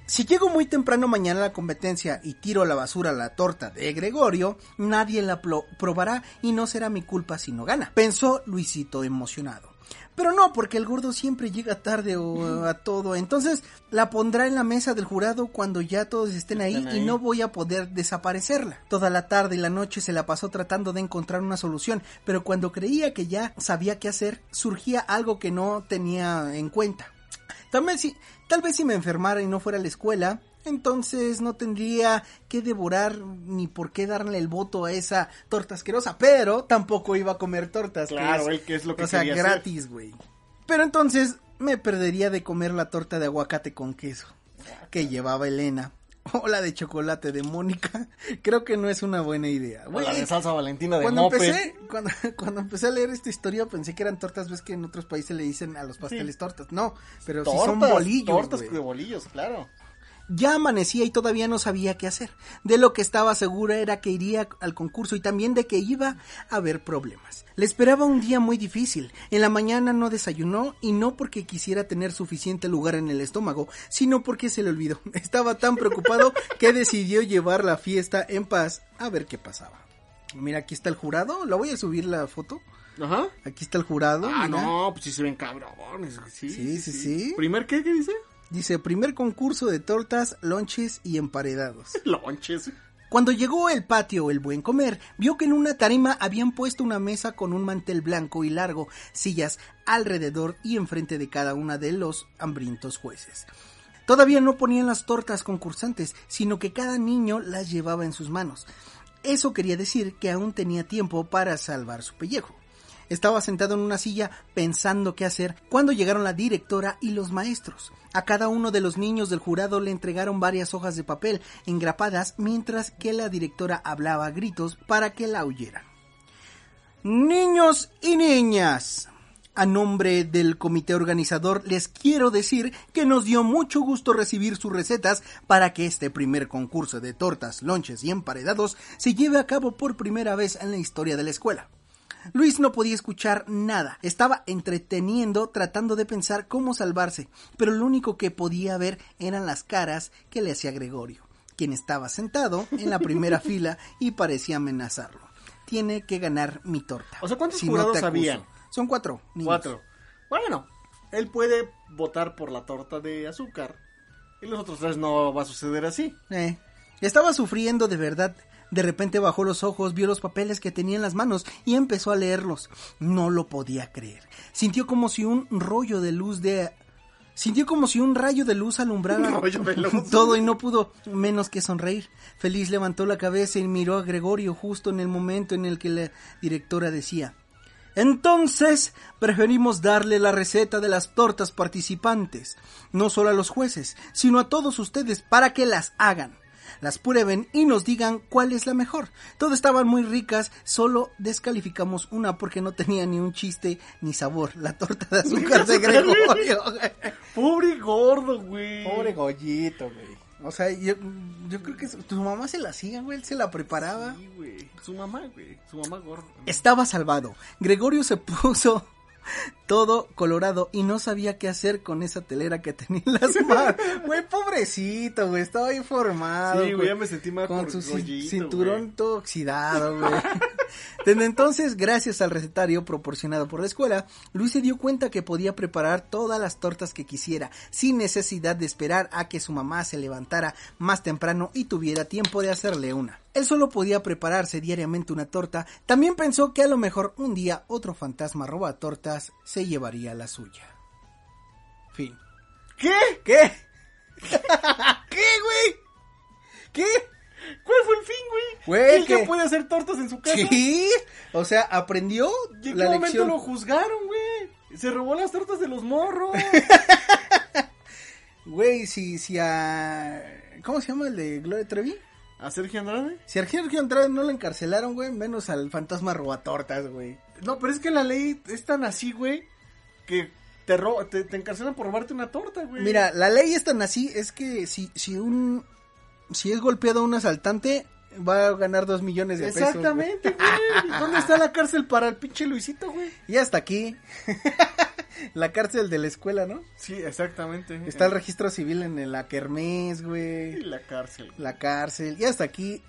D: Si llego muy temprano mañana a la competencia y tiro a la basura la torta de Gregorio, nadie la plo- probará y no será mi culpa si no gana, pensó Luisito emocionado. Pero no, porque el gordo siempre llega tarde o a todo, entonces la pondrá en la mesa del jurado cuando ya todos estén ahí
C: Estén
D: y
C: ahí.
D: no voy a poder desaparecerla. Toda la tarde y la noche se la pasó tratando de encontrar una solución, pero cuando creía que ya sabía qué hacer, surgía algo que no tenía en cuenta. Tal vez, si, tal vez si me enfermara y no fuera a la escuela, entonces no tendría que devorar ni por qué darle el voto a esa torta asquerosa, pero tampoco iba a comer tortas. que
C: Claro, el que es lo que
D: O sea,
C: quería hacer.
D: gratis, güey. Pero entonces me perdería de comer la torta de aguacate con queso que llevaba Elena. O la de chocolate de Mónica. Creo que no es una buena idea.
C: O la
D: Güey,
C: de salsa Valentina de
D: cuando
C: Mope.
D: empecé, cuando, cuando empecé a leer esta historia pensé que eran tortas, ves que en otros países le dicen a los pasteles tortas. No, pero sí son bolillos.
C: tortas
D: güey.
C: de bolillos, claro.
D: Ya amanecía y todavía no sabía qué hacer. De lo que estaba segura era que iría al concurso y también de que iba a haber problemas. Le esperaba un día muy difícil. En la mañana no desayunó y no porque quisiera tener suficiente lugar en el estómago, sino porque se le olvidó. Estaba tan preocupado que decidió llevar la fiesta en paz a ver qué pasaba. Mira, aquí está el jurado. La voy a subir la foto.
C: Ajá.
D: Aquí está el jurado.
C: Ah,
D: mira.
C: no, pues sí se ven cabrones. Sí,
D: Sí, sí, sí.
C: ¿Primer qué? ¿Qué dice?
D: Dice, primer concurso de tortas, lonches y emparedados.
C: Lonches.
D: Cuando llegó al patio el buen comer, vio que en una tarima habían puesto una mesa con un mantel blanco y largo, sillas alrededor y enfrente de cada una de los hambrientos jueces. Todavía no ponían las tortas concursantes, sino que cada niño las llevaba en sus manos. Eso quería decir que aún tenía tiempo para salvar su pellejo. Estaba sentado en una silla pensando qué hacer cuando llegaron la directora y los maestros. A cada uno de los niños del jurado le entregaron varias hojas de papel engrapadas mientras que la directora hablaba a gritos para que la oyeran. Niños y niñas, a nombre del comité organizador les quiero decir que nos dio mucho gusto recibir sus recetas para que este primer concurso de tortas, lonches y emparedados se lleve a cabo por primera vez en la historia de la escuela. Luis no podía escuchar nada, estaba entreteniendo tratando de pensar cómo salvarse, pero lo único que podía ver eran las caras que le hacía Gregorio, quien estaba sentado en la primera fila y parecía amenazarlo. Tiene que ganar mi torta.
C: O sea, ¿cuántos
D: te
C: jurados
D: acuso".
C: habían?
D: Son cuatro. niños.
C: Cuatro. Bueno, él puede votar por la torta de azúcar. Y los otros tres no va a suceder así.
D: Eh, Estaba sufriendo de verdad. De repente bajó los ojos, vio los papeles que tenía en las manos y empezó a leerlos. No lo podía creer. Sintió como si un rollo de luz de... Sintió como si un rayo de luz alumbrara
C: Rollo de luz.
D: todo y no pudo menos que sonreír. Feliz levantó la cabeza y miró a Gregorio justo en el momento en el que la directora decía, entonces, preferimos darle la receta de las tortas participantes, no solo a los jueces, sino a todos ustedes para que las hagan, las prueben y nos digan cuál es la mejor. Todas estaban muy ricas, solo descalificamos una porque no tenía ni un chiste ni sabor, la torta de azúcar de Gregorio.
C: Pobre gordo, güey.
D: Pobre gollito, güey. O sea, yo, yo creo que su, tu mamá se la hacía, güey, él se la preparaba.
C: Sí, güey. Su mamá, güey. Su mamá gordo.
D: Estaba salvado. Gregorio se puso todo colorado y no sabía qué hacer con esa telera que tenía en las manos. Güey, pobrecito, güey, estaba informado.
C: Sí, güey, ya me sentí mal
D: Con
C: por
D: su cin-
C: Goyito,
D: cinturón
C: güey.
D: todo oxidado, güey. Desde entonces, gracias al recetario proporcionado por la escuela, Luis se dio cuenta que podía preparar todas las tortas que quisiera, sin necesidad de esperar a que su mamá se levantara más temprano y tuviera tiempo de hacerle una. Él solo podía prepararse diariamente una torta, también pensó que a lo mejor un día otro fantasma roba tortas se llevaría la suya. Fin.
C: ¿Qué?
D: ¿Qué? ¿Qué, güey? ¿Qué?
C: ¿Cuál fue el fin, güey?
D: Güey,
C: Él ya
D: que-
C: puede hacer tortas en su casa.
D: Sí, o sea, aprendió
C: ¿Y en qué
D: la
C: momento
D: lección.
C: lo juzgaron, güey? Se robó las tortas de los morros.
D: Güey, si, si a... ¿Cómo se llama el de Gloria Trevi?
C: ¿A Sergio Andrade?
D: Si a Sergio Andrade no lo encarcelaron, güey, menos al fantasma robatortas, güey.
C: No, pero es que la ley es tan así, güey, que te, ro- te, te encarcelan por robarte una torta, güey.
D: Mira, la ley es tan así, es que si, si un... Si es golpeado a un asaltante, va a ganar dos millones de pesos. güey.
C: Exactamente, güey. ¿Dónde está la cárcel para el pinche Luisito, güey?
D: Y hasta aquí. la cárcel de la escuela, ¿no?
C: Sí, exactamente.
D: Está el registro civil en la kermés, güey.
C: la cárcel.
D: la cárcel. Y hasta aquí.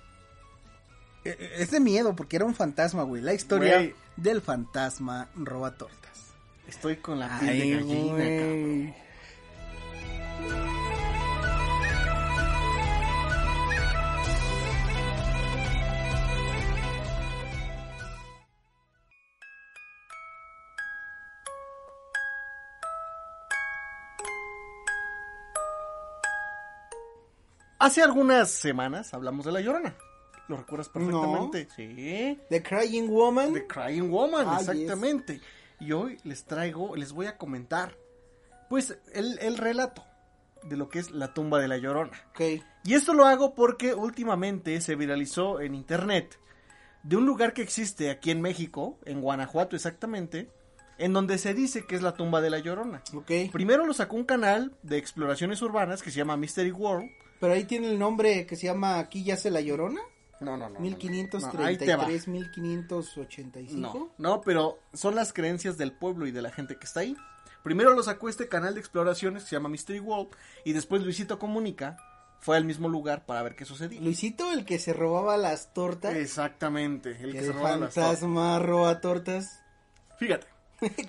D: E- e- Es de miedo porque era un fantasma, güey. La historia
C: Güey.
D: del fantasma roba tortas.
C: Estoy con la piel
D: Ay,
C: de gallina,
D: güey.
C: cabrón. Hace algunas semanas hablamos de La Llorona. ¿Lo recuerdas perfectamente? Sí.
D: The Crying Woman.
C: The Crying Woman,
D: Ah,
C: exactamente. Y hoy les traigo, les voy a comentar, pues, el, el relato de lo que es la tumba de la llorona.
D: Ok.
C: Y esto lo hago porque últimamente se viralizó en internet de un lugar que existe aquí en México, en Guanajuato exactamente, en donde se dice que es la tumba de la llorona.
D: Ok.
C: Primero lo sacó un canal de exploraciones urbanas que se llama Mystery World.
D: Pero ahí tiene el nombre que se llama Aquí ya se la llorona.
C: No, no, no. ahí te va.
D: 1533, 1585.
C: No, no, pero son las creencias del pueblo y de la gente que está ahí. Primero lo sacó este canal de exploraciones que se llama Mystery World y después Luisito Comunica fue al mismo lugar para ver qué sucedía.
D: Luisito, el que se robaba las tortas.
C: Exactamente, el
D: el
C: que se roba las tortas.
D: fantasma roba tortas.
C: Fíjate.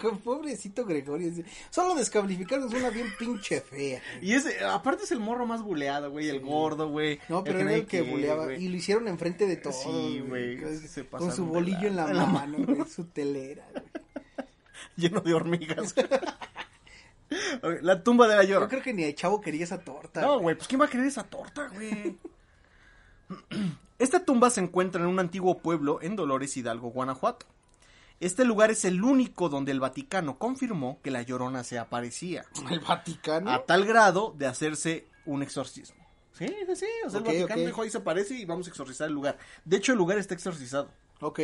D: Con pobrecito Gregorio. Solo descalificaron es una bien pinche fea.
C: Y ese, aparte es el morro más buleado, güey, el gordo, güey.
D: No, pero era
C: nadie
D: el que
C: quiere,
D: buleaba.
C: güey.
D: Y lo hicieron enfrente de todo.
C: Sí, güey, se
D: Con su
C: pasaron de
D: bolillo
C: la-
D: en la,
C: en la
D: mano, güey, su telera. güey.
C: Lleno de hormigas. Ok, la tumba de la
D: Yo
C: llorona.
D: creo que ni el chavo quería esa torta.
C: No, güey, pues ¿quién va a querer esa torta, güey? Esta tumba se encuentra en un antiguo pueblo en Dolores Hidalgo, Guanajuato. Este lugar es el único donde el Vaticano confirmó que la llorona se aparecía,
D: El Vaticano.
C: a tal grado de hacerse un exorcismo. Sí, sí, sí. O sea,
D: Ok,
C: el Vaticano
D: ok.
C: dijo ahí se aparece y vamos a exorcizar el lugar. De hecho, el lugar está exorcizado.
D: Ok.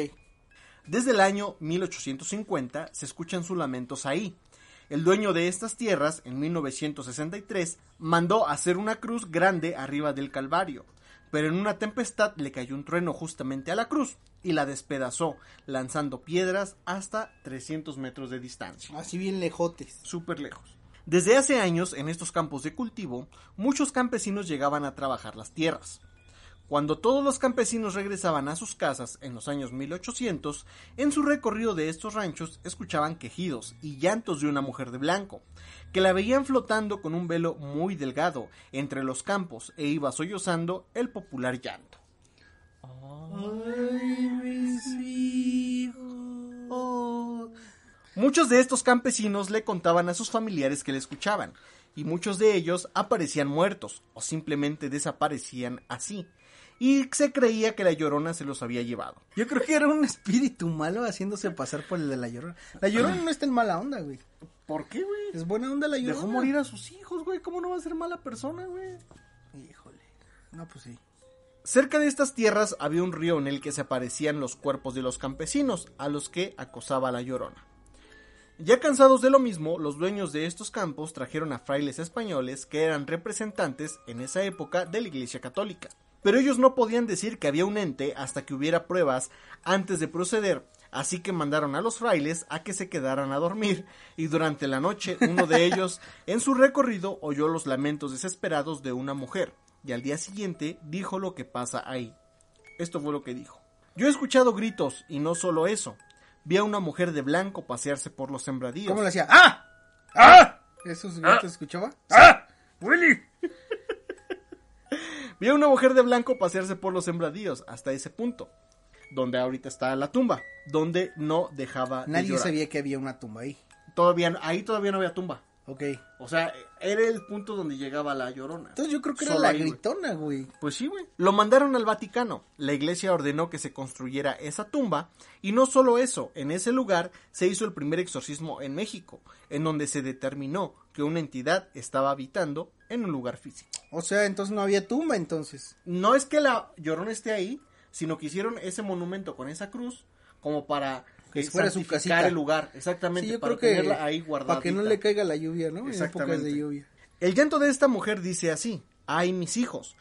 C: Desde el año 1850 se escuchan sus lamentos ahí. El dueño de estas tierras, en 1963, mandó hacer una cruz grande arriba del Calvario, pero en una tempestad le cayó un trueno justamente a la cruz y la despedazó, lanzando piedras hasta 300 metros de distancia
D: Así bien lejotes.
C: súper lejos. Desde hace años, en estos campos de cultivo, muchos campesinos llegaban a trabajar las tierras. Cuando todos los campesinos regresaban a sus casas en los años 1800, en su recorrido de estos ranchos escuchaban quejidos y llantos de una mujer de blanco, que la veían flotando con un velo muy delgado entre los campos e iba sollozando el popular llanto. Muchos de estos campesinos le contaban a sus familiares que le escuchaban, y muchos de ellos aparecían muertos o simplemente desaparecían así, y se creía que la llorona se los había llevado.
D: Yo creo que era un espíritu malo haciéndose pasar por el de la llorona. La llorona no está en mala onda, güey.
C: ¿Por qué, güey?
D: Es buena onda la llorona.
C: Dejó morir a sus hijos, güey. ¿Cómo no va a ser mala persona, güey?
D: Híjole. No, pues sí.
C: Cerca de estas tierras había un río en el que se aparecían los cuerpos de los campesinos a los que acosaba la llorona. Ya cansados de lo mismo, los dueños de estos campos trajeron a frailes españoles que eran representantes en esa época de la Iglesia Católica. Pero ellos no podían decir que había un ente hasta que hubiera pruebas antes de proceder, así que mandaron a los frailes a que se quedaran a dormir y durante la noche uno de ellos en su recorrido oyó los lamentos desesperados de una mujer y al día siguiente dijo lo que pasa ahí. Esto fue lo que dijo. Yo he escuchado gritos y no solo eso. Vi a una mujer de blanco pasearse por los sembradíos.
D: ¿Cómo lo hacía? ¡Ah! ¡Ah! ¿Esos gritos escuchaba? ¡Ah! ¡Willy!
C: Vi a una mujer de blanco pasearse por los sembradíos hasta ese punto, donde ahorita está la tumba, donde no dejaba de
D: Nadie
C: llorar.
D: sabía que había una tumba ahí.
C: Todavía, ahí todavía no había tumba.
D: Ok.
C: O sea, era el punto donde llegaba la llorona.
D: Entonces yo creo que era
C: Solo
D: la
C: ahí, güey.
D: gritona, güey.
C: Pues sí, güey. Lo mandaron al Vaticano. La iglesia ordenó que se construyera esa tumba. Y no solo eso, en ese lugar se hizo el primer exorcismo en México, en donde se determinó que una entidad estaba habitando en un lugar físico.
D: O sea, entonces no había tumba entonces.
C: No es que la llorona esté ahí, sino que hicieron ese monumento con esa cruz como para
D: Que
C: eh,
D: fuera su
C: santificar
D: casita.
C: el lugar. Exactamente,
D: Sí, yo
C: para
D: creo que
C: tenerla ahí guardada.
D: para que no le caiga la lluvia, ¿no? En épocas
C: Exactamente.
D: de lluvia.
C: El llanto de esta mujer dice así, ay mis hijos.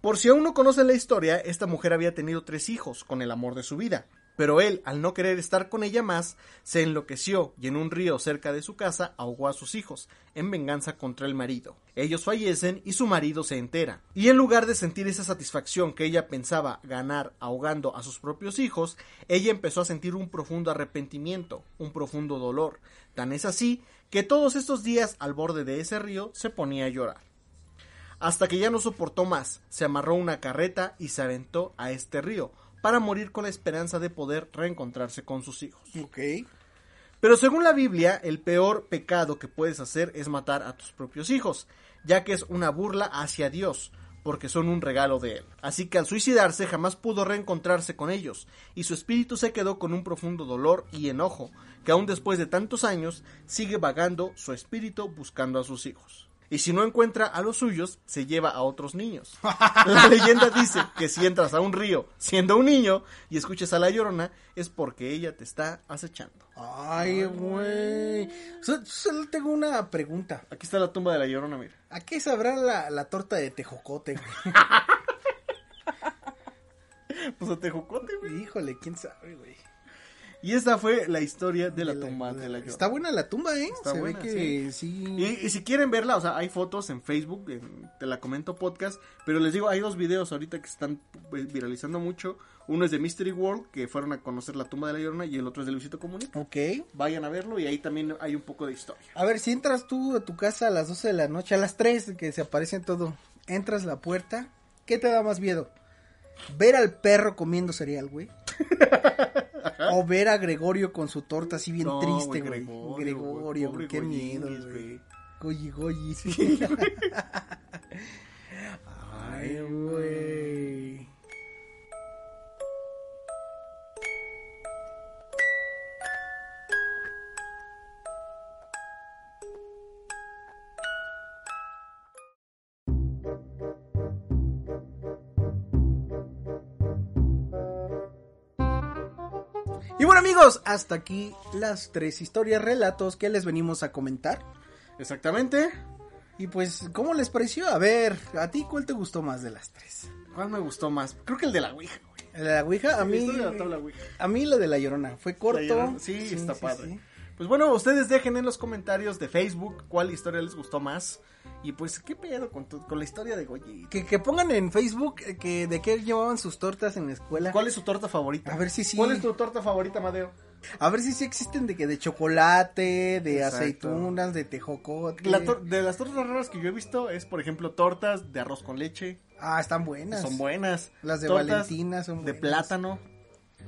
C: Por si aún no conocen la historia, esta mujer había tenido tres hijos con el amor de su vida, pero él, al no querer estar con ella más, se enloqueció y en un río cerca de su casa ahogó a sus hijos, en venganza contra el marido. Ellos fallecen y su marido se entera. Y en lugar de sentir esa satisfacción que ella pensaba ganar ahogando a sus propios hijos, ella empezó a sentir un profundo arrepentimiento, un profundo dolor. Tan es así que todos estos días al borde de ese río se ponía a llorar. Hasta que ya no soportó más, se amarró una carreta y se aventó a este río para morir con la esperanza de poder reencontrarse con sus hijos.
D: Ok.
C: Pero según la Biblia, el peor pecado que puedes hacer es matar a tus propios hijos, ya que es una burla hacia Dios, porque son un regalo de Él. Así que al suicidarse jamás pudo reencontrarse con ellos, y su espíritu se quedó con un profundo dolor y enojo, que aún después de tantos años sigue vagando su espíritu buscando a sus hijos. Y si no encuentra a los suyos, se lleva a otros niños. La leyenda dice que si entras a un río siendo un niño y escuchas a la llorona, es porque ella te está acechando.
D: Ay, güey. So- Solo tengo una pregunta.
C: Aquí está la tumba de la llorona, mira.
D: ¿A qué sabrá la, la torta de tejocote, güey?
C: Pues a Tejocote, güey.
D: Híjole, quién sabe, güey.
C: Y esta fue la historia de la tumba de la llorona.
D: Está buena la tumba, ¿eh?
C: Está
D: Se
C: buena,
D: ve que sí.
C: Y, y si quieren verla, o sea, hay fotos en Facebook, en Te la comento podcast, pero les digo, hay dos videos ahorita que están pues, viralizando mucho. Uno es de Mystery World, que fueron a conocer la tumba de la llorona, y el otro es de Luisito Comunica.
D: Ok.
C: Vayan a verlo y ahí también hay un poco de historia.
D: A ver, si entras tú a tu casa a las 12 de la noche, a las 3 que se aparecen todo, entras la puerta, ¿qué te da más miedo? ¿Ver al perro comiendo cereal, güey? ¿O ver a Gregorio con su torta así bien
C: No,
D: triste,
C: güey,
D: güey?
C: Gregorio,
D: Gregorio,
C: güey, pobre
D: güey, qué miedo,
C: Goyinguis,
D: güey.
C: güey.
D: Goyi, goyi. Ay, güey. Y bueno amigos, hasta aquí las tres historias, relatos que les venimos a comentar.
C: Exactamente.
D: Y pues, ¿cómo les pareció? A ver, ¿a ti cuál te gustó más de las tres?
C: ¿Cuál me gustó más? Creo que el de la Ouija, güey.
D: ¿La de la Ouija? A
C: La
D: mí,
C: historia de la tabla Ouija.
D: a mí la de la Llorona. Fue corto.
C: La llorona. Sí, está
D: sí,
C: padre.
D: sí.
C: Pues bueno, ustedes dejen en los comentarios de Facebook cuál historia les gustó más. Y pues, ¿qué pedo con, tu- con la historia de Goyi?
D: Que, que pongan en Facebook eh, que de qué llevaban sus tortas en la escuela.
C: ¿Cuál es su torta favorita?
D: A ver si sí. Eh.
C: ¿Cuál es tu torta favorita, Madeo?
D: A ver si sí existen de que de chocolate, de
C: Exacto.
D: aceitunas, de tejocote.
C: La tor- de las tortas raras que yo he visto es, por ejemplo, tortas de arroz con leche.
D: Ah, están
C: que
D: buenas.
C: Son buenas.
D: Las de
C: Tortas
D: Valentina son
C: De
D: buenas.
C: plátano.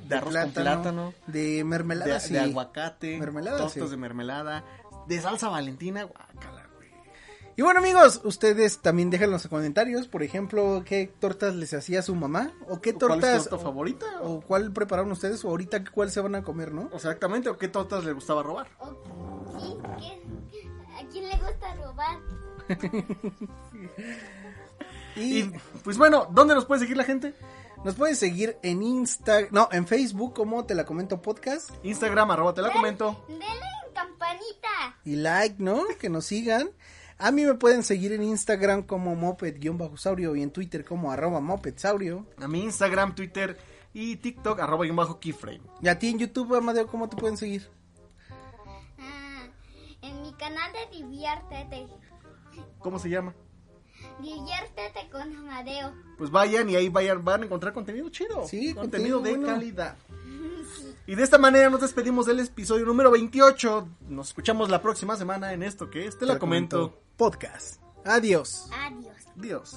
C: De, arroz con plátano.
D: De
C: De,
D: mermelada,
C: de
D: sí.
C: aguacate.
D: Mermelada,
C: Tortas
D: sí.
C: de mermelada. De salsa valentina. Guácala, güey.
D: Y bueno amigos, ustedes también dejen los comentarios, por ejemplo, qué tortas les hacía su mamá o qué
C: ¿Cuál es
D: tortas
C: tu torta favorita?
D: o cuál prepararon ustedes o ahorita cuál se van a comer, ¿no?
C: Exactamente, ¿o qué tortas le gustaba robar?
E: Ok, ¿qué- ¿A quién le gusta robar?
D: Y,
C: Y pues bueno, ¿dónde nos puede seguir la gente?
D: nos pueden seguir en Insta, no, en Facebook como Te la comento podcast.
C: Instagram, arroba te la comento.
E: Denle campanita gusta.
D: y like, ¿no? Que nos sigan. A mí me pueden seguir en Instagram como moped-saurio y en Twitter como arroba mopedsaurio.
C: A mi Instagram, Twitter y TikTok, arroba y un bajo keyframe.
D: Y a ti en YouTube, Amadeo, ¿cómo te pueden seguir?
E: Ah, en mi canal de Diviértete.
C: ¿Cómo se llama?
E: Diviértete con Amadeo.
C: Pues vayan y ahí vayan, van a encontrar contenido chido.
D: Sí,
C: contenido,
D: contenido
C: de
D: bueno.
C: calidad. Y de esta manera nos despedimos del episodio número 28. Nos escuchamos la próxima semana en esto que es Te la comento.
D: Podcast. Adiós.
E: Adiós.
C: Dios.